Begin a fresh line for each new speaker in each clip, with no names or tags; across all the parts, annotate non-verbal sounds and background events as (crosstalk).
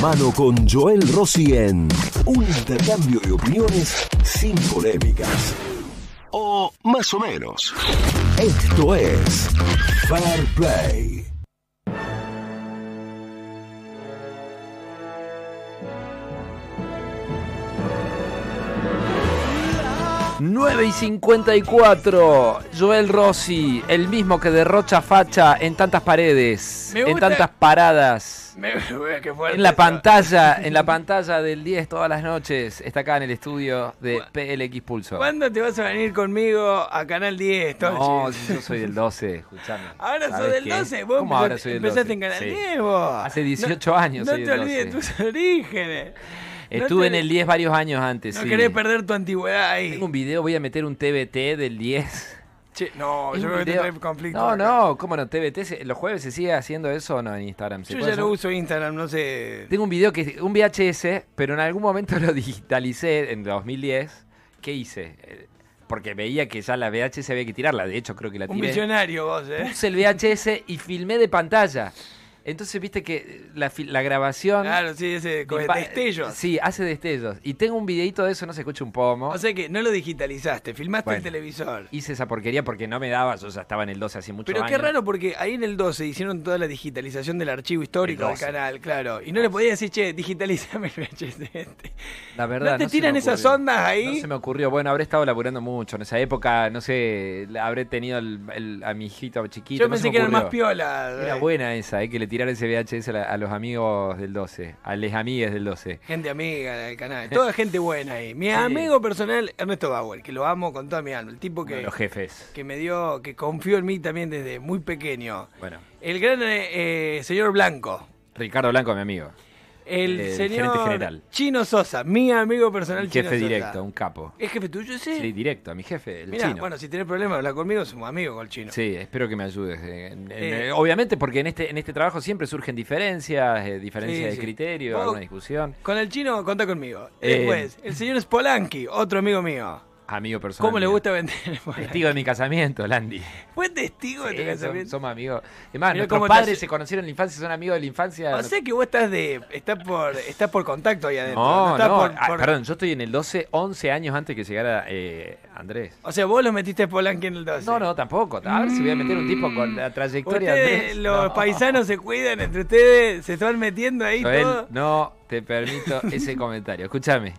mano con Joel Rossi en un intercambio de opiniones sin polémicas. O más o menos. Esto es Fair Play.
Nueve y 54, Joel Rossi, el mismo que derrocha facha en tantas paredes,
Me
en
gusta-
tantas paradas,
Me, (laughs) me- qué fuerte
en la
eso.
pantalla, en la pantalla del 10 todas las noches, está acá en el estudio de PLX Pulso.
¿Cuándo te vas a venir conmigo a Canal 10, Tochi?
No, si yo soy del 12, escuchame.
Ahora sos
¿Sabés
del
qué?
12, vos
¿Cómo ahora soy del
empezaste
12?
en Canal
Sí.
10 vos.
Hace
No-
18 años
No
soy
te
del
olvides
12.
tus orígenes. No
Estuve
te-
en el 10 varios años antes.
No
sí.
querés perder tu antigüedad ahí.
Tengo un video, voy a meter un TBT del 10.
Che, no,
Es
yo
un
creo que te
video-
trae conflicto.
No,
acá.
no, cómo no, TBT, se- los jueves se sigue haciendo eso o no en Instagram. ¿Se
Yo
puede
ya
hacer?
no uso Instagram, no sé.
Tengo un video que es un VHS, pero en algún momento (laughs) lo digitalicé en 2010. ¿Qué hice? Eh, Porque veía que ya la VHS había que tirarla, de hecho creo que la
Un
tiré.
millonario vos, eh.
Puse el VHS y filmé de pantalla. Entonces viste que la, fi- la grabación...
Claro, sí, ese con
dispa-
destellos.
Sí, hace destellos. Y tengo un videito de eso, no se escucha un pomo.
O sea que no lo digitalizaste, filmaste el
Bueno.
televisor.
Hice esa porquería porque no me daba, yo ya estaba en el 12 hace mucho
Pero
años.
qué raro porque ahí en el 12 hicieron toda la digitalización del archivo histórico
El
del
12.
canal, claro. Y no le podías decir, che, digitalízame el VHS este.
La verdad,
¿No te
se me
tiran esas
ocurrió.
ondas ahí?
No se me ocurrió. Bueno, habré estado laburando mucho. En esa época, no sé, la- habré tenido el- el- a mi hijito chiquito.
Yo
no se
pensé
me
que era el más
ocurrió.
piola.
Era
eh.
buena esa, eh, que le tiraran ese VHS a, la- a los amigos del 12, a les amigues del 12.
Gente amiga del canal,
(laughs)
toda gente buena ahí. Mi
Sí.
amigo personal, Ernesto Bauer, que lo amo con toda mi alma. El tipo
Uno de
que,
los jefes.
que me dio, que confió en mí también desde muy pequeño.
Bueno,
El gran eh, eh, señor Blanco.
Ricardo Blanco, mi amigo.
El,
El gerente
señor
general.
Chino Sosa, mi amigo personal
Mi jefe
Chino Sosa.
directo, un capo.
¿Es jefe tuyo ese?
Sí, directo, mi jefe, el
Mirá,
chino.
bueno, si tenés problemas, habla conmigo, somos amigos con el chino.
Sí, espero que me ayudes. eh, en- en-
Eh.
eh, obviamente, porque en este, en este trabajo siempre surgen diferencias, eh, diferencias
Sí,
de
sí.
criterio,
Vos-
alguna discusión.
Con el chino, contá conmigo.
Eh,
Después, el señor Spolanqui, otro amigo mío.
Amigo personal.
¿Cómo le
mío.
gusta vender? (laughs) el Spolanqui?
Testigo de mi casamiento, Landy.
Fue testigo de tu
Sí, Eh, son-
casamiento.
somos amigos. Es más,
Mirá
nuestros
cómo te
padres
hace-
se conocieron en la infancia, son amigos de la infancia.
O sea que vos estás de. estás por. estás por contacto ahí adentro.
no,
estás
no,
por-
ah,
por-
perdón, yo estoy en el 12, 11 años antes que llegara eh, Andrés.
O sea, vos los metiste a Spolanqui en el 12.
No, no, tampoco. A ver si voy a meter un tipo con la trayectoria de
Ustedes,
Andrés.
los
No.
paisanos se cuidan entre ustedes, se están metiendo ahí
Joel,
todo.
no te
(laughs)
permito ese comentario. Escúchame.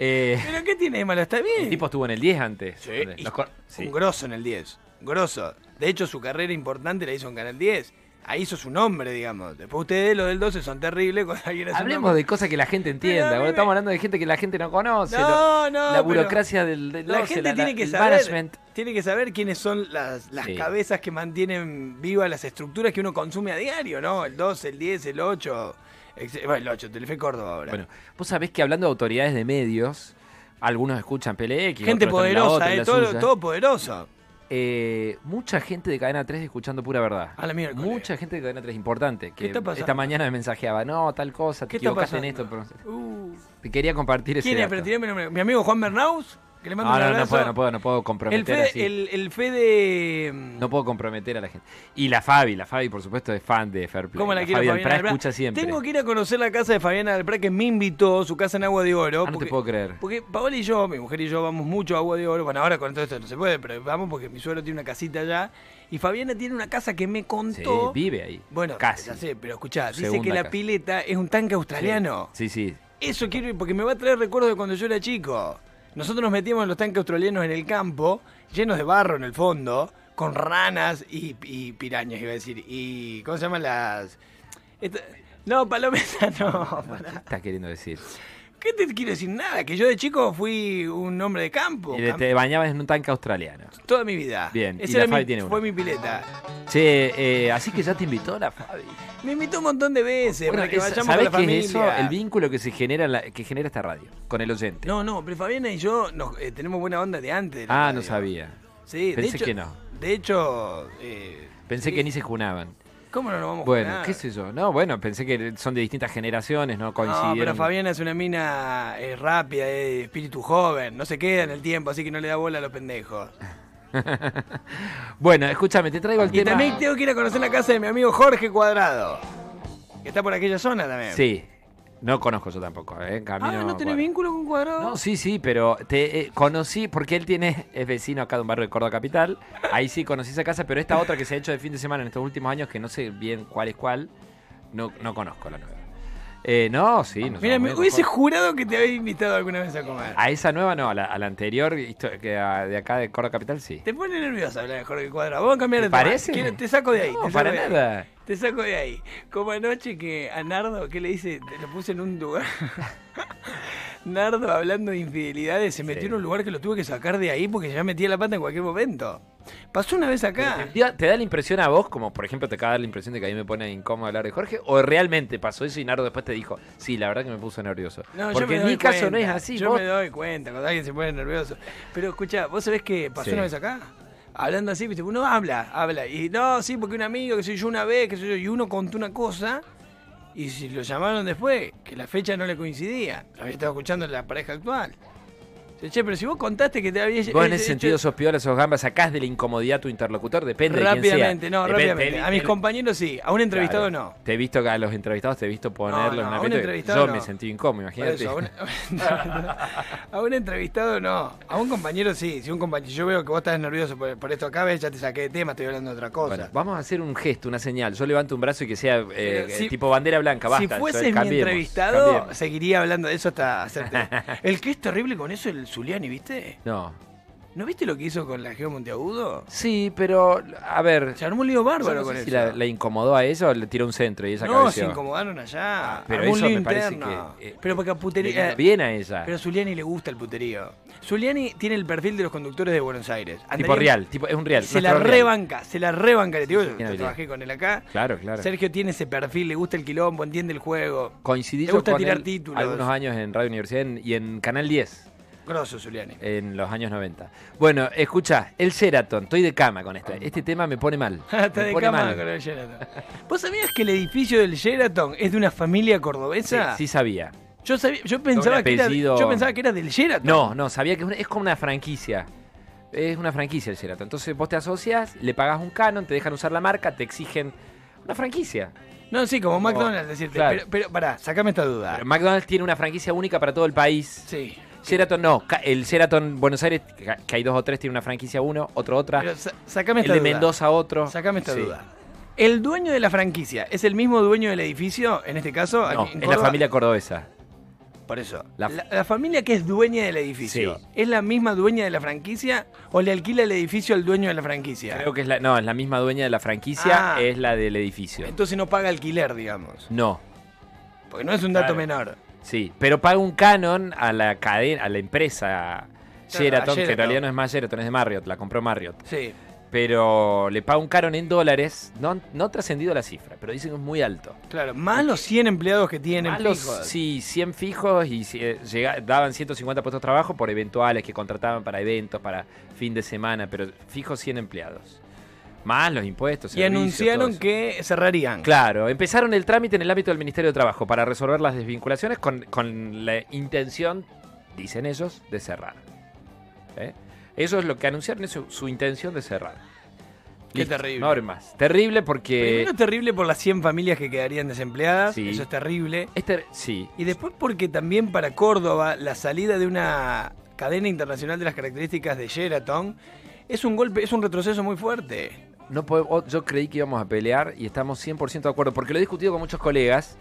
Eh,
¿Pero qué tiene de malo? ¿Está bien?
el tipo estuvo en el 10 antes.
Sí,
Andrés.
y-
Los cor- sí.
Un grosso en el 10. Grosso. De hecho, su carrera importante la hizo en Canal 10. Ahí hizo su nombre, digamos. Después ustedes, los del 12, son terribles cuando alguien hace un
Hablemos
nombre.
de cosas que la gente
Pero
entienda.
a mí
boludo.
me-
Estamos hablando de gente que la gente no conoce.
No,
lo-
no,
La
pero
burocracia del, del
La
12,
gente tiene que
el
saber.
management.
Tiene que saber quiénes son las, las
Sí.
cabezas que mantienen vivas las estructuras que uno consume a diario, ¿no? El 12, el 10, el 8. etc. Bueno, el 8, Telefe Córdoba ahora.
Bueno, vos sabés que hablando de autoridades de medios, algunos escuchan PLX,
Gente
otros están en la
poderosa,
otra, en
eh,
la
todo,
suya.
todo poderoso.
Eh, mucha gente de Cadena 3 escuchando pura verdad.
A la miércoles.
Mucha gente de Cadena 3 importante. Que
¿Qué está pasando?
esta mañana me mensajeaba, no, tal cosa, te
¿Qué está
equivocaste en
pasando?
esto. pero no sé".
Uh,
Te quería compartir ese
¿Quién es?
dato. Ah,
Pero tirame el nombre. Mi amigo Juan Bernaus, que le mando
No,
un
no, no
abrazo.
puedo, no puedo, no puedo
El
comprometer
Fede,
así.
el, el Fede, mm,
No puedo comprometer a la gente. Y la Fabi, la Fabi, por supuesto, es fan de Fair Play.
¿Cómo la
La
quiero
Fabi
Fabiana
Alprá
del Bra?
escucha siempre.
Tengo que ir a conocer la casa de Fabiana del Bra, que me invitó, su casa en Agua de Oro.
Ah, no te puedo creer.
Porque Paola y yo, mi mujer y yo, vamos mucho a Agua de Oro. Bueno, ahora con todo esto no se puede, pero vamos porque mi suegro tiene una casita allá. Y Fabiana tiene una casa que me
Sí,
contó.
vive ahí.
bueno,
casi.
ya sé, pero escuchá, dice
Segunda
que la
casa.
pileta es un tanque australiano.
Sí, sí.
Eso quiero ir porque me va a traer recuerdos de cuando yo era chico. Nosotros nos metíamos en los tanques australianos en el campo, llenos de barro en el fondo, con ranas y, y pirañas, iba a decir. Y. ¿Cómo se llaman las.? Esta- No, palometa, (laughs) no.
¿Qué
pará.
estás queriendo decir?
¿Qué te quiero decir? Nada, que yo de chico fui un hombre de campo.
Y
camp-
te bañabas en un tanque australiano.
Toda mi vida.
Bien, y
Esa
la
era mi-
Fabi tiene uno.
fue mi pileta.
Che, eh, así que ya te invitó la Fabi.
Me invitó un montón de veces
Bueno,
para que
es-
vayamos con
¿Sabés
la familia.
qué es eso? El vínculo que se genera en la- que genera esta radio con el oyente.
No, no, pero Fabiana y yo nos, eh, tenemos buena onda de antes. de la
ah,
radio.
no sabía.
Sí, de
Pensé
hecho-
que no.
De hecho, eh,
Pensé que ni se junaban.
¿cómo no nos vamos a
Bueno,
jugar?
qué sé yo. No, bueno, pensé que son de distintas generaciones, no
No,
coincidieron.
pero Fabiana es una mina eh, rápida, eh, espíritu joven, no se queda en el tiempo, así que no le da bola a
(laughs)
los pendejos.
Bueno, escúchame, te traigo el
Y
tema.
también tengo que ir a conocer la casa de mi amigo Jorge Cuadrado, que está por aquella zona también.
Sí. No conozco yo tampoco, ¿eh? Camino,
ah, ¿no tenés
bueno.
vínculo con Cuadrado?
No, sí, sí, pero te eh, conocí, porque él tiene, es vecino acá de un barrio de Córdoba Capital. Ahí sí conocí esa casa, pero esta otra que se ha hecho de fin de semana en estos últimos años, que no sé bien cuál es cuál, no, no conozco la nueva. Eh, no, sí, no
Mira,
somos
me
amigos,
hubiese
mejor.
jurado que te había invitado alguna vez a comer.
A esa nueva no, a la, a la anterior, histo- que a- de acá de Córdoba Capital, sí.
Te pone nerviosa hablar de Jorge Cuadrado. Vamos a cambiar
¿Te
de tema.
parece?
Quiero- Te saco de ahí.
No,
te saco
para
de ahí.
nada.
(laughs) Te saco de ahí. Como anoche que a Nardo, ¿qué le hice? Te lo puse en un lugar. (laughs) Nardo, hablando de infidelidades, se metió
Sí.
en un lugar que lo tuve que sacar de ahí porque ya metía la pata en cualquier momento. Pasó una vez acá.
Te da- ¿Te da la impresión a vos, como por ejemplo te acaba de dar la impresión de que a mí me pone incómodo hablar de Jorge? ¿O realmente pasó eso y Nardo después te dijo, sí, la verdad que me puso nervioso?
No, yo
Porque
me
en
doy
mi caso no
cuenta,
es así.
Yo
vos-
me doy cuenta, cuando alguien se pone nervioso. Pero escucha, vos sabés que pasó
Sí.
una vez acá. Hablando así, viste, uno habla, habla. Y no, sí, porque un amigo, que soy yo una vez, que soy yo, y uno contó una cosa. Y si lo llamaron después, que la fecha no le coincidía. Había estado escuchando la pareja actual. Dice, Che, pero si vos contaste que te había
Vos en
eh,
ese
eh,
sentido
che,
sos piola, sos gamba, sacás de la incomodidad a tu interlocutor, depende de quién sea.
Rápidamente, no,
Depende,
rápidamente.
el-
A mis
el-
compañeros sí, a un
claro.
entrevistado no.
Te he visto que a los entrevistados, te he visto ponerlo
no,
en
a
una
un
fiesta que
entrevistado
Yo me
no.
sentí incómodo,
Por
imagínate.
eso, a,
(laughs)
(laughs) un, a un entrevistado no, a un compañero sí, si un compañero, yo veo que vos estás nervioso por, por esto acá, ves, ya te saqué de tema, estoy hablando de otra cosa.
Bueno, vamos a hacer un gesto, una señal. Yo levanto un brazo y que sea eh,
Pero si-
tipo bandera blanca, basta.
si
yo-
fueses mi
cambiemos,
entrevistado,
cambiemos.
seguiría hablando de eso hasta
(laughs)
hacerte. el que es terrible con eso es el Zuliani, ¿viste?
No.
¿No viste lo que hizo con la Geo Monteagudo?
Sí, pero, a ver,
Se armó un lío
Yo
bárbaro
no
con
sé
eso.
si la, la incomodó a ella o le tiró un centro y ella
no, se
cabeceó.
incomodaron allá.
Ah, pero
armó un
eso
lío
me parece
interno.
que, eh,
pero porque a
Le
putería.
vino bien a ella.
Pero a Zuliani le gusta el puterío. Zuliani tiene el perfil de los conductores de Buenos Aires.
tipo
Andaría-
real, tipo, es un real.
Se la
nuestro real.
rebanca, se la rebanca. Le digo, yo
¿quién habría?
trabajé con él acá.
Claro, claro.
Sergio tiene ese perfil, le gusta el quilombo, entiende el juego.
Coincidí
Le
yo
gusta
con
tirar
él
títulos.
algunos años en Radio Universidad en- y en Canal 10,
Grosso, Zuliani. (laughs)
en los años 90. Bueno, escucha, el Sheraton, estoy de cama con esta. Este tema me pone mal.
(laughs) Está
me
de
pone
cama Ah.
mal.
con el Sheraton. ¿Vos sabías que el edificio del Sheraton es de una familia
Sí,
cordobesa?
sí sabía.
Yo, sabía, yo, pensaba que era,
apellido.
yo pensaba que era del Sheraton.
No, no, sabía que es una- es como una franquicia. Es una franquicia el Sheraton. Entonces vos te asocias, le pagás un canon, te dejan usar la marca, te exigen una franquicia.
No, sí, como McDonald's, decirte.
Claro.
Pero, pero pará, sacame esta duda.
Pero McDonald's tiene una franquicia única para todo el país.
sí.
Sheraton no, ca- el Sheraton Buenos Aires, ca- que hay dos o tres, tiene una franquicia uno, otro otra,
Pero sa- sacame
Ah, el
esta
de
duda.
Mendoza otro.
Sacame esta
Sí.
duda. ¿El dueño de la franquicia es el mismo dueño del edificio, en este caso?
No,
aquí en
es la
Córdoba?
familia cordobesa.
Por eso. La,
La-
la familia que es dueña del edificio,
Sí.
¿es la misma dueña de la franquicia o le alquila el edificio al dueño de la franquicia?
Creo que es la, no, es la misma dueña de la franquicia,
Ah.
es la del edificio.
Entonces no paga alquiler, digamos.
No,
Porque no es un dato
Claro.
menor.
sí, pero paga un canon a la cadena, a la empresa
a
Sheraton, que
Sheraton.
en realidad no es más Sheraton, es de Marriott, la compró Marriott.
Sí.
Pero le paga un canon en dólares, no, no ha trascendido la cifra, pero dicen que es muy alto.
Claro. Más los 100 empleados que tienen
A los,
fijos.
sí, 100 fijos y si- eh, llega- daban 150 puestos de trabajo por eventuales que contrataban para eventos, para fin de semana, pero fijos 100 empleados. Más los impuestos.
Y
servicios, todo
anunciaron
eso.
que cerrarían.
Claro, empezaron el trámite en el ámbito del Ministerio de Trabajo para resolver las desvinculaciones con, con la intención, dicen ellos, de cerrar. ¿Eh? Eso es lo que anunciaron, es su, su intención de cerrar.
Qué terrible.
Normas. Terrible porque...
Primero terrible por las 100 familias que quedarían desempleadas.
Sí.
Eso es terrible.
Este, sí,
Y después porque también para Córdoba la salida de una cadena internacional de las características de Sheraton es un golpe, es un retroceso muy fuerte.
No pode- o- yo creí que íbamos a pelear y estamos 100% de acuerdo, porque lo he discutido con muchos colegas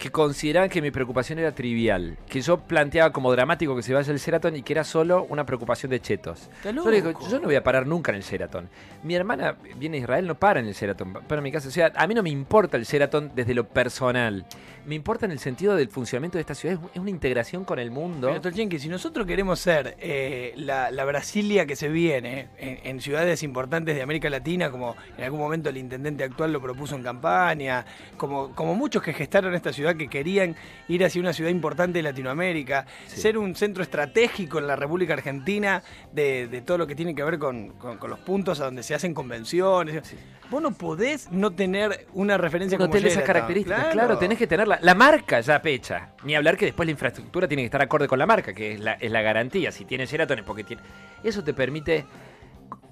que consideraban que mi preocupación era trivial, que yo planteaba como dramático que se vaya el Sheraton y que era solo una preocupación de chetos.
Está
Yo le digo,
loco.
yo no voy a parar nunca en el Sheraton. Mi hermana viene a Israel, no para en el Sheraton, para en mi casa. O sea, a mí no me importa el Sheraton desde lo personal. Me importa en el sentido del funcionamiento de esta ciudad. Es- Es una integración con el mundo.
Pero Tolchenki, si nosotros queremos ser eh, la, la Brasilia que se viene en, en ciudades importantes de América Latina, como en algún momento el intendente actual lo propuso en campaña, como, como muchos que gestaron esta ciudad que querían ir hacia una ciudad importante de Latinoamérica,
Sí.
ser un centro estratégico en la República Argentina de, de todo lo que tiene que ver con, con- con los puntos a donde se hacen convenciones. Vos no podés no tener una referencia
No
como
tenés esas
Sheraton.
características, claro. tenés que tener la, la marca ya pecha. Ni hablar que después la infraestructura tiene que estar acorde con la marca, que es la, es la garantía. Si tiene Sheraton es porque tiene. Eso te permite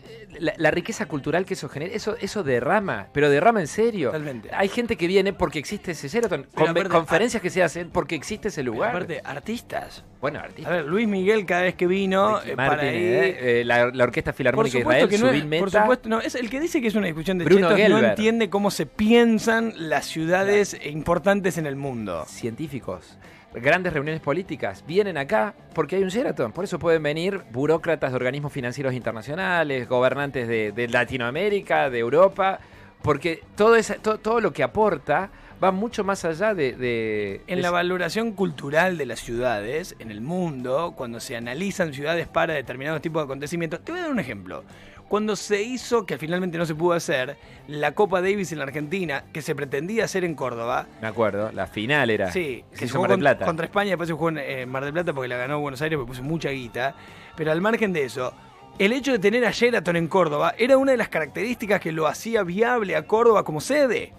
eh, la, la riqueza cultural que eso genera, eso, eso derrama, pero derrama en serio.
Totalmente.
Hay gente que viene porque existe ese Sheraton,
Pero
conve-
aparte-
conferencias que se hacen porque existe ese lugar.
Aparte, artistas.
bueno,
A
artista.
ver, Luis Miguel cada vez que vino eh, para
Martínez,
ahí...
eh, eh, la, la Orquesta
Por
Filarmónica de
supuesto
Israel,
que no
Subin
es, por
Meta.
supuesto, no, es el que dice que es una discusión de
Bruno
chetos no
Gelber.
entiende cómo se piensan las ciudades importantes en el mundo.
científicos, grandes reuniones políticas, vienen acá porque hay un Sheraton. Por eso pueden venir burócratas de organismos financieros internacionales, gobernantes de, de Latinoamérica, de Europa, porque todo, esa- to- todo lo que aporta va mucho más allá de... de-
En
de-
la valoración cultural de las ciudades en el mundo, cuando se analizan ciudades para determinados tipos de acontecimientos, te voy a dar un ejemplo. Cuando se hizo, que finalmente no se pudo hacer, la Copa Davis en la Argentina, que se pretendía hacer en Córdoba,
Me acuerdo, la final era.
Sí,
que
que
se
se
hizo
jugó
Mar del
con-
Plata.
contra España, después se jugó en eh, Mar del Plata porque la ganó Buenos Aires porque puso mucha guita. Pero al margen de eso, el hecho de tener a Sheraton en Córdoba era una de las características que lo hacía viable a Córdoba como sede.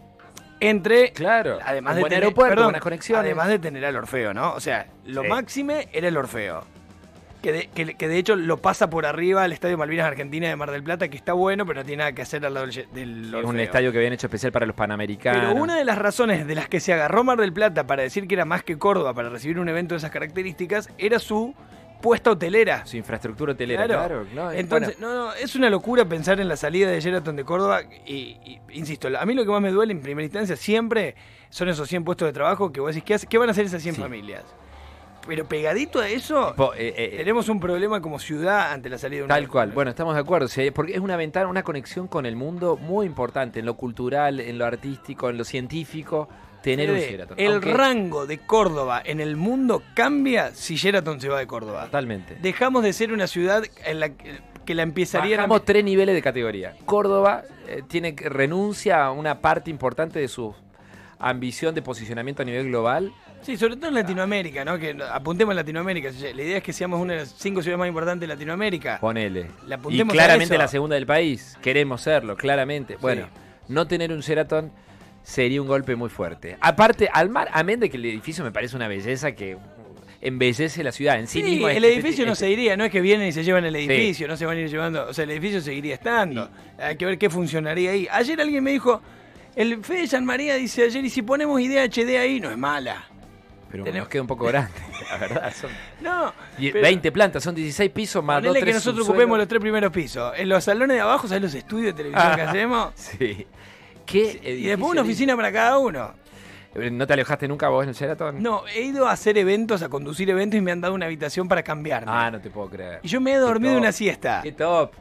Entre.
Claro,
Además
un
de
buen
tener,
aeropuerto,
perdón,
buenas conexiones.
Además de tener al Orfeo, ¿no? O sea, lo
Sí.
máxime era el Orfeo. Que de, que- que de hecho lo pasa por arriba al Estadio Malvinas Argentina de Mar del Plata, que está bueno, pero no tiene nada que hacer al lado del, del
Es
Orfeo.
un estadio que habían hecho especial para los panamericanos.
Pero una de las razones de las que se agarró Mar del Plata para decir que era más que Córdoba para recibir un evento de esas características era su puesta hotelera.
Su infraestructura hotelera, claro. ¿no? Y
Entonces, no, no, es una locura pensar en la salida de Sheraton de Córdoba. Y, y, insisto, a mí lo que más me duele en primera instancia siempre son esos 100 puestos de trabajo que vos decís, ¿qué, hace- qué van a hacer esas 100
Sí.
familias? Pero pegadito a eso,
bueno, po- eh, eh,
tenemos un problema como ciudad ante la salida de una
Tal cual, bueno, estamos de acuerdo, sí, porque es una ventana, una conexión con el mundo muy importante, en lo cultural, en lo artístico, en lo científico, tener un
Fede,
Sheraton.
El
aunque-
rango de Córdoba en el mundo cambia si Sheraton se va de Córdoba.
Totalmente.
Dejamos de ser una ciudad en la que que la empezaría a-
Bajamos tres niveles de categoría. Córdoba eh, tiene que- renuncia a una parte importante de su ambición de posicionamiento a nivel global.
Sí, sobre todo en Latinoamérica, ¿no? Que apuntemos a Latinoamérica. La idea es que seamos una de las cinco ciudades más importantes de Latinoamérica.
Ponele.
Le
Y
apuntemos a
claramente
eso.
la segunda del país. Queremos serlo, claramente. Bueno, no tener un Sheraton sería un golpe muy fuerte. Aparte, al mar, amén de que el edificio me parece una belleza que embellece la ciudad en sí,
Sí,
mismo.
el
este-
edificio no
este-
se iría, no es que vienen y se llevan el edificio, no se van a ir llevando, o sea, el edificio seguiría estando. Hay que ver qué funcionaría ahí. Ayer alguien me dijo, el Fede San María dice ayer, y si ponemos idea HD ahí, no es mala.
Pero
tenemos-
nos queda un poco grande, (laughs) la verdad. Son
No,
die-
pero-
20 plantas, son 16 pisos más dos,
Ponele que
tres
nosotros
subsuelos.
ocupemos los tres primeros pisos. En los salones de abajo, ¿sabes los estudios de televisión
(laughs)
que hacemos?
Sí. ¿Qué
Y
edificio
después una
lindo?
oficina para cada uno.
¿No te alejaste nunca vos en el Sheraton?
No, he ido a hacer eventos, a conducir eventos y me han dado una habitación para cambiarme.
Ah, no te puedo creer.
y yo me he dormido
Qué
una
top.
siesta.
¡Qué top!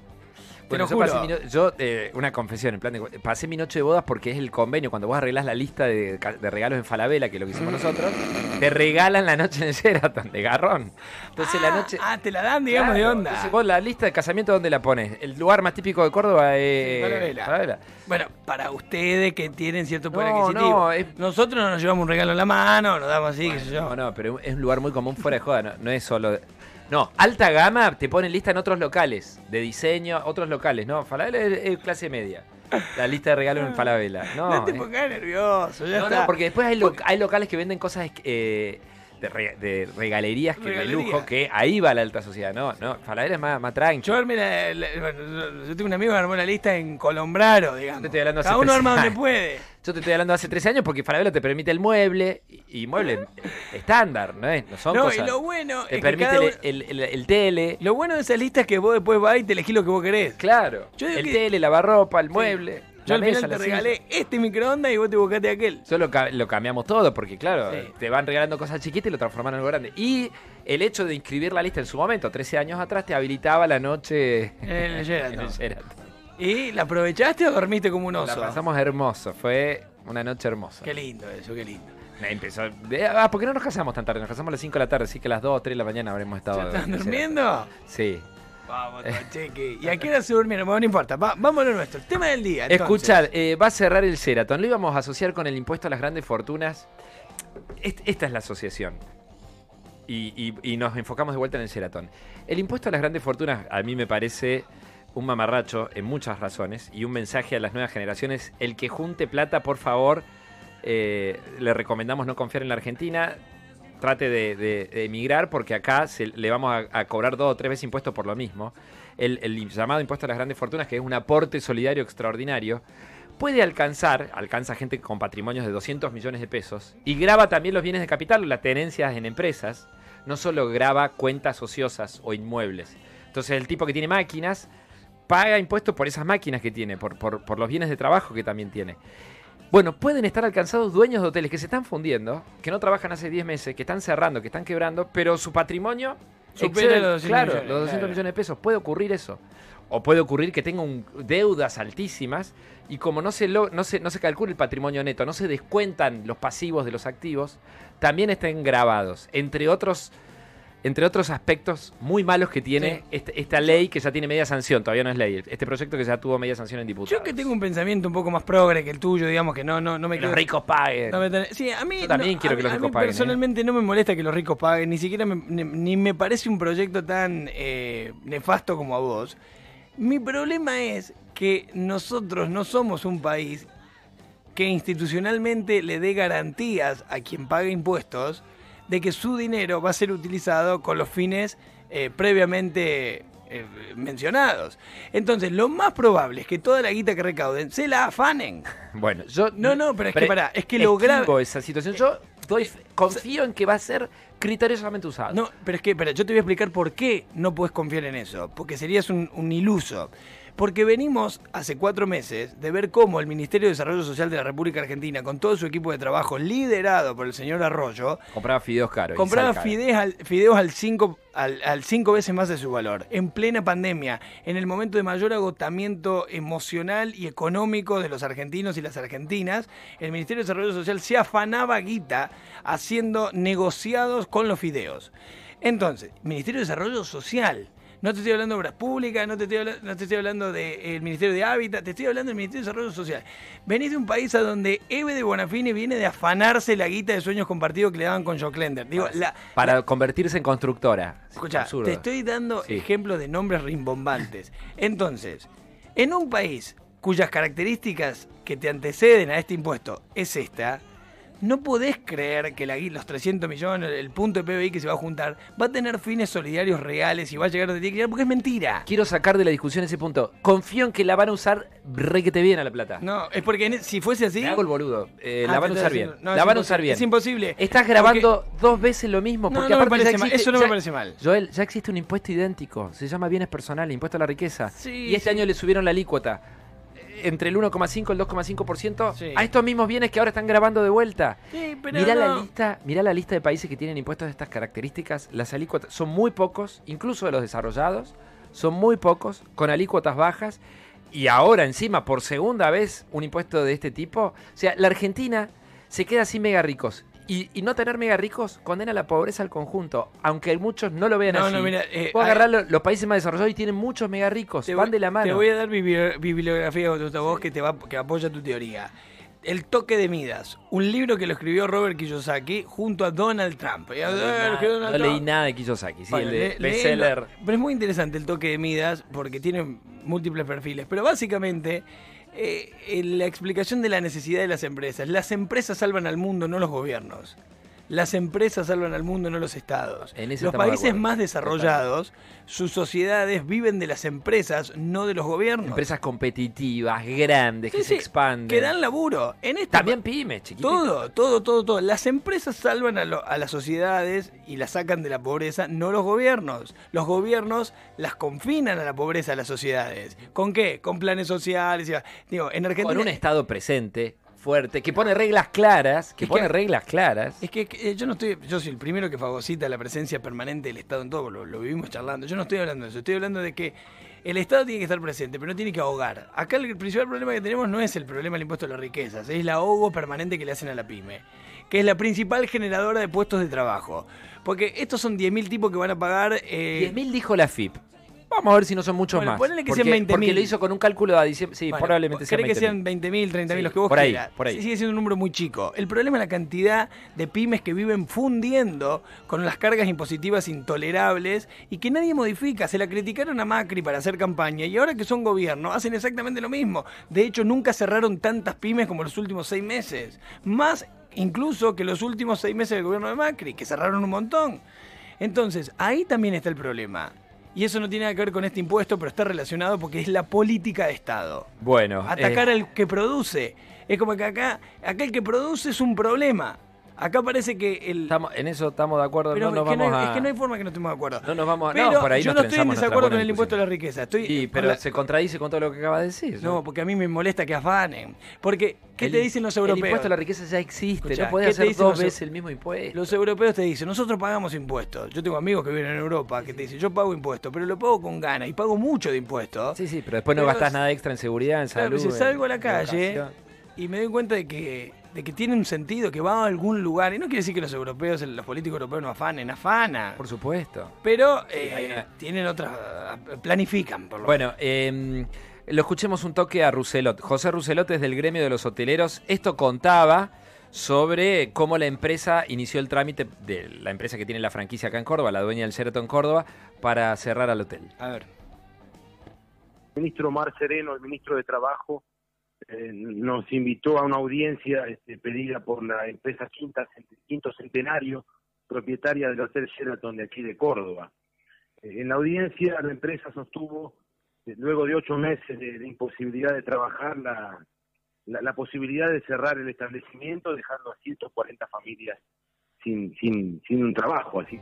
Bueno,
Ah. lo
yo, pasé
juro.
mi no- yo, eh, una confesión, en plan, de- pasé mi noche de bodas porque es el convenio. Cuando vos arreglás la lista de, ca- de regalos en Falabella, que es lo que hicimos
Mm.
nosotros, te regalan la noche en el Sheraton, de garrón. Entonces la
Ah,
noche.
Ah, te la dan, digamos,
Claro,
de onda.
entonces vos la lista de casamiento, ¿dónde la pones? El lugar más típico de Córdoba es.
Falabella. Bueno, para ustedes que tienen cierto poder
No,
adquisitivo.
no, es-
Nosotros no nos llevamos un regalo en la mano, nos damos así, qué sé yo.
No, no, pero es un lugar muy común fuera de joda, no, no es solo... No, alta gama te ponen lista en otros locales, de diseño, otros locales, ¿no? Falabella es, es clase media, la lista de regalos en Falabella. No,
Ah. no, te
eh.
pongas nervioso, ya
(laughs) No, no,
está.
porque después hay, lo- hay locales que venden cosas eh, de, re- de regalerías que de
Regalería.
lujo, que ahí va la alta sociedad, no, no, Falabella es más, más tranqui.
Yo armé la, la- bueno, yo- yo tengo un amigo que armó la lista en Colombraro, digamos.
Te estoy hablando hace
Cada uno
tres
arma donde
años.
puede.
Yo te estoy hablando hace 13 años porque Falabella te permite el mueble, y, y mueble
(laughs)
estándar, ¿no? es? No (laughs) son
No,
cosas...
y lo bueno
te
es que
permite
cada uno-
el, el- el- el tele...
Lo bueno de esas listas es que vos después vas y te elegís lo que vos querés.
Claro.
Yo digo
el
que-
tele, lavarropa, el mueble.
Yo
la
al
mesa,
final te
la silla.
regalé este microondas y vos te buscaste aquel.
Yo lo, ca- lo cambiamos todo porque, claro,
Sí.
te van regalando cosas chiquitas y lo transforman en algo grande. Y el hecho de inscribir la lista en su momento, 13 años atrás, te habilitaba la noche
Eh, En el
en el
Sheraton.
Sheraton.
¿Y la aprovechaste o dormiste como un
La
oso?
pasamos hermoso. Fue una noche hermosa.
Qué lindo eso, qué lindo.
Me Empezó, de- ah, ¿por qué no nos casamos tan tarde? Nos casamos a las 5 de la tarde, así que a las 2, 3 de la mañana habremos estado.
¿Ya están
en el Sheraton.
durmiendo?
Sí.
Vamos, cheque. ¿Y a qué hora se durmieron? Bueno, no importa. Va- vamos a lo nuestro. El tema del día. entonces.
Escuchad, eh, va a cerrar el Sheraton. Lo íbamos a asociar con el impuesto a las grandes fortunas. Est- esta es la asociación. Y, y- y nos enfocamos de vuelta en el Sheraton. El impuesto a las grandes fortunas a mí me parece un mamarracho en muchas razones y un mensaje a las nuevas generaciones. El que junte plata, por favor, eh, le recomendamos no confiar en la Argentina. trate de, de- de emigrar porque acá se- le vamos a, a cobrar dos o tres veces impuestos por lo mismo. El, el llamado impuesto a las grandes fortunas, que es un aporte solidario extraordinario, puede alcanzar, alcanza gente con patrimonios de 200 millones de pesos, y graba también los bienes de capital, las tenencias en empresas, no solo graba cuentas ociosas o inmuebles. Entonces el tipo que tiene máquinas paga impuestos por esas máquinas que tiene, por, por- por los bienes de trabajo que también tiene. Bueno, pueden estar alcanzados dueños de hoteles que se están fundiendo, que no trabajan hace 10 meses, que están cerrando, que están quebrando, pero su patrimonio
Supera
excede-
los 200
claro,
millones,
los 200
claro.
millones de pesos. Puede ocurrir eso. O puede ocurrir que tenga un- deudas altísimas y como no se, lo- no, se, no se calcula el patrimonio neto, no se descuentan los pasivos de los activos, también estén grabados. Entre otros, entre otros aspectos muy malos que tiene
Sí.
este- esta ley que ya tiene media sanción, todavía no es ley, este proyecto que ya tuvo media sanción en diputados.
Yo que tengo un pensamiento un poco más progre que el tuyo, digamos que no, no, no me
Que los
quedo-
ricos paguen.
no me tenés- sí, a mí,
Yo también
no,
quiero
a
que
mí-
los
a mí
ricos paguen, ¿eh?
Personalmente no me molesta que los ricos paguen, ni siquiera me- ni, ni me parece un proyecto tan eh, nefasto como a vos. Mi problema es que nosotros no somos un país que institucionalmente le dé garantías a quien pague impuestos de que su dinero va a ser utilizado con los fines eh, previamente eh, mencionados. Entonces, lo más probable es que toda la guita que recauden se la afanen.
Bueno, yo.
No, no, pero es que pará, es que lo
logré
grave-
esa situación. Yo doy, fe- confío en que va a ser criteriosamente usado.
No, pero es que, espera, yo te voy a explicar por qué no puedes confiar en eso, porque serías un, un iluso. Porque venimos hace cuatro meses de ver cómo el Ministerio de Desarrollo Social de la República Argentina, con todo su equipo de trabajo liderado por el señor Arroyo,
Compraba fideos caros. y sal
compraba
cara.
fideos al, fideos al cinco, al, al cinco veces más de su valor, en plena pandemia, en el momento de mayor agotamiento emocional y económico de los argentinos y las argentinas, el Ministerio de Desarrollo Social se afanaba guita haciendo negociados con los fideos. Entonces, Ministerio de Desarrollo Social. No te estoy hablando de obras públicas, no te estoy, habla- no te estoy hablando del Ministerio de Hábitat, te estoy hablando del Ministerio de Desarrollo Social. Venís de un país a donde Eve de Bonafini viene de afanarse la guita de sueños compartidos que le daban con Joe Klender. Digo, la,
Para convertirse en constructora.
Escucha,
Absurdo.
te estoy dando
Sí.
ejemplos de nombres rimbombantes. Entonces, en un país cuyas características que te anteceden a este impuesto es esta, no podés creer que la gui- los 300 millones, el punto de PBI que se va a juntar, va a tener fines solidarios reales y va a llegar donde tiene que llegar porque es mentira.
Quiero sacar de la discusión ese punto. Confío en que la van a usar re que te bien a la plata.
No, es porque en- e, si fuese así...
Me hago el boludo. Eh,
Ah,
la van a
te
usar
estoy
bien.
diciendo, no,
la
es
van a usar
imposible,
bien.
Es imposible.
Estás grabando dos veces lo mismo.
No,
Porque
no me
aparte ya
parece mal,
existe-
eso no me
ya-
parece mal.
Joel, ya existe un impuesto idéntico. Se llama bienes personales, impuesto a la riqueza.
Sí,
y este
sí.
año le subieron la alícuota. eh, Entre el 1,5 y el 2,5%
Sí.
a estos mismos bienes que ahora están grabando de vuelta.
Sí, pero
Mirá, la
no.
lista, mirá la lista de países que tienen impuestos de estas características. Las alícuotas son muy pocos, incluso de los desarrollados, son muy pocos, con alícuotas bajas. Y ahora encima, por segunda vez, un impuesto de este tipo. O sea, la Argentina se queda sin mega ricos. Y, y no tener mega ricos condena la pobreza al conjunto, aunque muchos no lo vean
No,
así.
no, mira, eh,
Vos
hay-
agarrás lo- los países más desarrollados y tienen muchos mega ricos,
Te
van
voy-
de la
Te
mano.
voy a dar bibli- bibliografía Gustavo, vos que te va, que apoya tu teoría. El toque de Midas, un libro que lo escribió Robert Kiyosaki junto a Donald Trump. Y a-
No leí
eh,
nada-
que Donald
no leí
Trump.
nada de Kiyosaki, sí,
Bueno,
el de
le- leelo.
bestseller.
Pero es muy interesante el toque de Midas porque tiene múltiples perfiles. Pero básicamente, eh, eh, la explicación de la necesidad de las empresas. Las empresas salvan al mundo, no los gobiernos. Las empresas salvan al mundo, no los estados.
En eso
los
estamos de
países
acuerdo.
más desarrollados, sus sociedades viven de las empresas, no de los gobiernos.
Empresas competitivas, grandes,
Sí,
que
sí,
se expanden.
Que dan laburo. En este
También pymes, chiquititas.
todo, todo, todo, todo. Las empresas salvan a, lo- a las sociedades y las sacan de la pobreza, no los gobiernos. Los gobiernos las confinan a la pobreza a las sociedades. ¿Con qué? Con planes sociales. y va- Digo, en Argentina.
Con un Estado presente, fuerte, que pone reglas claras, que
Es que-
pone reglas claras.
Es que eh, yo no estoy, yo soy el primero que fagocita la presencia permanente del Estado en todo, lo, lo vivimos charlando. Yo no estoy hablando de eso, estoy hablando de que el Estado tiene que estar presente, pero no tiene que ahogar. Acá el principal problema que tenemos no es el problema del impuesto a las riquezas, es el ahogo permanente que le hacen a la pyme, que es la principal generadora de puestos de trabajo. Porque estos son 10.000 tipos que van a pagar... eh,
10.000 dijo la FIP. Vamos a ver si no son muchos
Bueno,
más.
ponele que
porque,
sean 20.000.
porque lo hizo con un cálculo a diciembre. Sí,
Bueno,
probablemente sean
cree
20.000.
que sean 20.000, 30.000, los
Sí,
que vos
por ahí,
quieras.
por ahí.
Sigue siendo un número muy chico. El problema es la cantidad de pymes que viven fundiendo con las cargas impositivas intolerables y que nadie modifica. Se la criticaron a Macri para hacer campaña y ahora que son gobierno hacen exactamente lo mismo. De hecho, nunca cerraron tantas pymes como los últimos seis meses. Más incluso que los últimos seis meses del gobierno de Macri, que cerraron un montón. Entonces, ahí también está el problema. Y eso no tiene nada que ver con este impuesto, pero está relacionado porque es la política de Estado.
Bueno,
Atacar
eh,
al que produce. Es como que acá, acá el que produce es un problema. Acá parece que el...
estamos- en eso estamos de acuerdo.
Pero
no nos
es, que no
vamos
hay,
a.
es que no hay forma que no estemos de acuerdo.
No nos vamos a-
Pero
no, por ahí nos
yo no estoy en
trenzamos nuestra
desacuerdo
buena
con el impuesto a
discusión.
la riqueza. Estoy
Sí,
con
pero
la-
se contradice con todo lo que acaba de decir.
No, porque a mí me molesta que afanen. Porque, ¿qué
El-
te dicen los europeos?
El impuesto a la riqueza ya existe.
Escuchá,
no
¿qué
podés
te
hacer
dicen
dos
los-
veces el mismo impuesto.
Los europeos te dicen, nosotros pagamos impuestos. Yo tengo amigos que viven en Europa que te dicen, yo pago impuestos, pero lo pago con ganas y pago mucho de impuestos.
Sí, sí, pero después no
Pero
gastás
es-
nada extra en seguridad, en
Claro,
salud.
si
en
salgo a la calle
educación.
y me doy cuenta de que, de que tiene un sentido, que va a algún lugar. Y no quiere decir que los europeos, los políticos europeos no afanen, afanan.
Por supuesto.
Pero eh,
hay una-
tienen otra. planifican, por lo
Bueno, eh, lo escuchemos un toque a Rousselot. José Rousselot es del gremio de los hoteleros. Esto contaba sobre cómo la empresa inició el trámite de la empresa que tiene la franquicia acá en Córdoba, la dueña del Sheraton Córdoba, para cerrar al hotel.
A ver.
El ministro Mar Sereno, el ministro de Trabajo, eh, nos invitó a una audiencia este, pedida por la empresa Quinta, Quinto Centenario, propietaria del Hotel Sheraton de aquí de Córdoba. Eh, en la audiencia la empresa sostuvo, eh, luego de ocho meses de, de imposibilidad de trabajar, la, la, la posibilidad de cerrar el establecimiento, dejando a 140 familias sin, sin, sin un trabajo. Así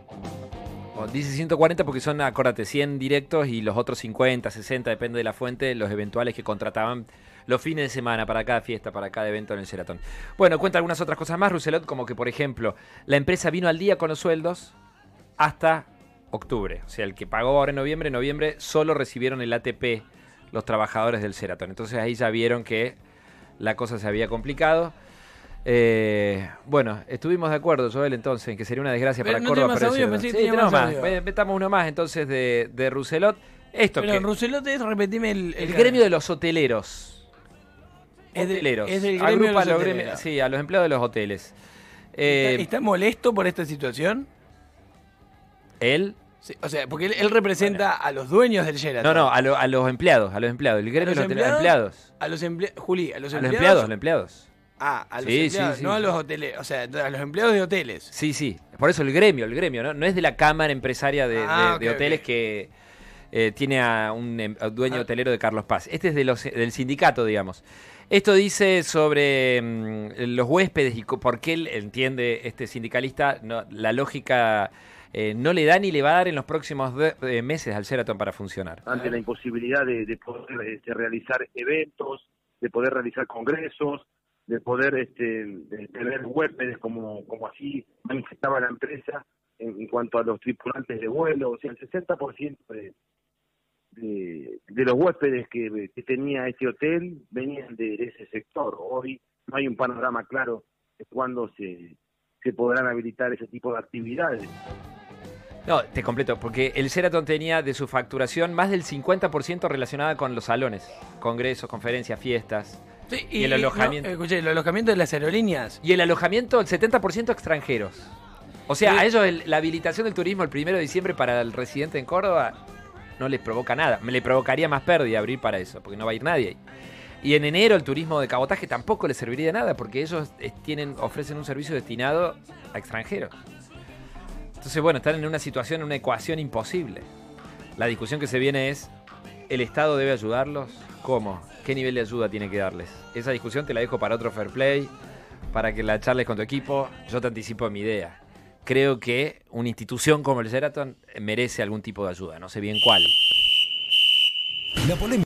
O Dice 140 porque son, acordate, 100 directos y los otros 50, 60, depende de la fuente, los eventuales que contrataban los fines de semana para cada fiesta, para cada evento en el Sheraton. Bueno, cuenta algunas otras cosas más, Rousselot, como que, por ejemplo, la empresa vino al día con los sueldos hasta octubre. O sea, el que pagó ahora en noviembre, en noviembre solo recibieron el ATP los trabajadores del Sheraton. Entonces ahí ya vieron que la cosa se había complicado. Eh, bueno, estuvimos de acuerdo, Joel, entonces, en que sería una desgracia
Pero
para
no
Córdoba.
tiene más
pero
audio,
Sheraton.
pensé que
Sí,
tenía
tenemos
más
más.
audio.
Ve- Metamos uno más entonces de, de Rousselot. Esto
Pero
que.
Rousselote, repetime el.
El gremio de los hoteleros.
Es de-
hoteleros.
es del gremio de
Agrupa
los
a gremios-
hoteleros.
Sí, a los empleados de los hoteles. Eh,
¿Está, está molesto por esta situación?
Él.
Sí, o sea, porque él, él representa a los dueños del Sheraton.
No, no, a, lo- a los empleados, a los empleados. El gremio de los hoteleros. empleados.
A los empleados. Juli, a los
A
empleados.
los empleados, a los empleados.
Ah, a los
Sí, sí,
empleados,
sí.
no a los hoteles. O sea, a los empleados de hoteles.
Sí, sí. Por eso el gremio, el gremio, ¿no? No es de la Cámara Empresaria de, de-
Ah,
de
ok,
Hoteles
ok.
que eh, tiene a un em- a un dueño
Ah.
hotelero de Carlos Paz. Este es de los, del sindicato, digamos. Esto dice sobre mm, los huéspedes y co- por qué él entiende este sindicalista no, la lógica. eh, no le da ni le va a dar en los próximos de- eh, meses al Sheraton para funcionar.
ante la imposibilidad de, de poder este, realizar eventos, de poder realizar congresos, de poder este, de tener huéspedes como, como así manifestaba la empresa en, en cuanto a los tripulantes de vuelo, o sea, el 60% de, de, de los huéspedes que, que tenía este hotel venían de ese sector. Hoy no hay un panorama claro de cuándo se, se podrán habilitar ese tipo de actividades.
No, te completo, porque el Sheraton tenía de su facturación más del 50% relacionada con los salones, congresos, conferencias, fiestas.
Sí,
Y el alojamiento.
no, escuché, el alojamiento de las aerolíneas.
Y el alojamiento, el 70% extranjeros. O sea,
Sí.
a ellos el- la habilitación del turismo el 1 de diciembre para el residente en Córdoba no les provoca nada. Me le provocaría más pérdida abrir para eso, porque no va a ir nadie. Y en enero el turismo de cabotaje tampoco les serviría de nada, porque ellos eh, tienen, ofrecen un servicio destinado a extranjeros. Entonces, bueno, están en una situación, en una ecuación imposible. La discusión que se viene es, ¿el Estado debe ayudarlos? ¿Cómo? ¿Qué nivel de ayuda tiene que darles? Esa discusión te la dejo para otro Fair Play, para que la charles con tu equipo. Yo te anticipo mi idea. Creo que una institución como el Sheraton merece algún tipo de ayuda, no sé bien cuál.
La polémica.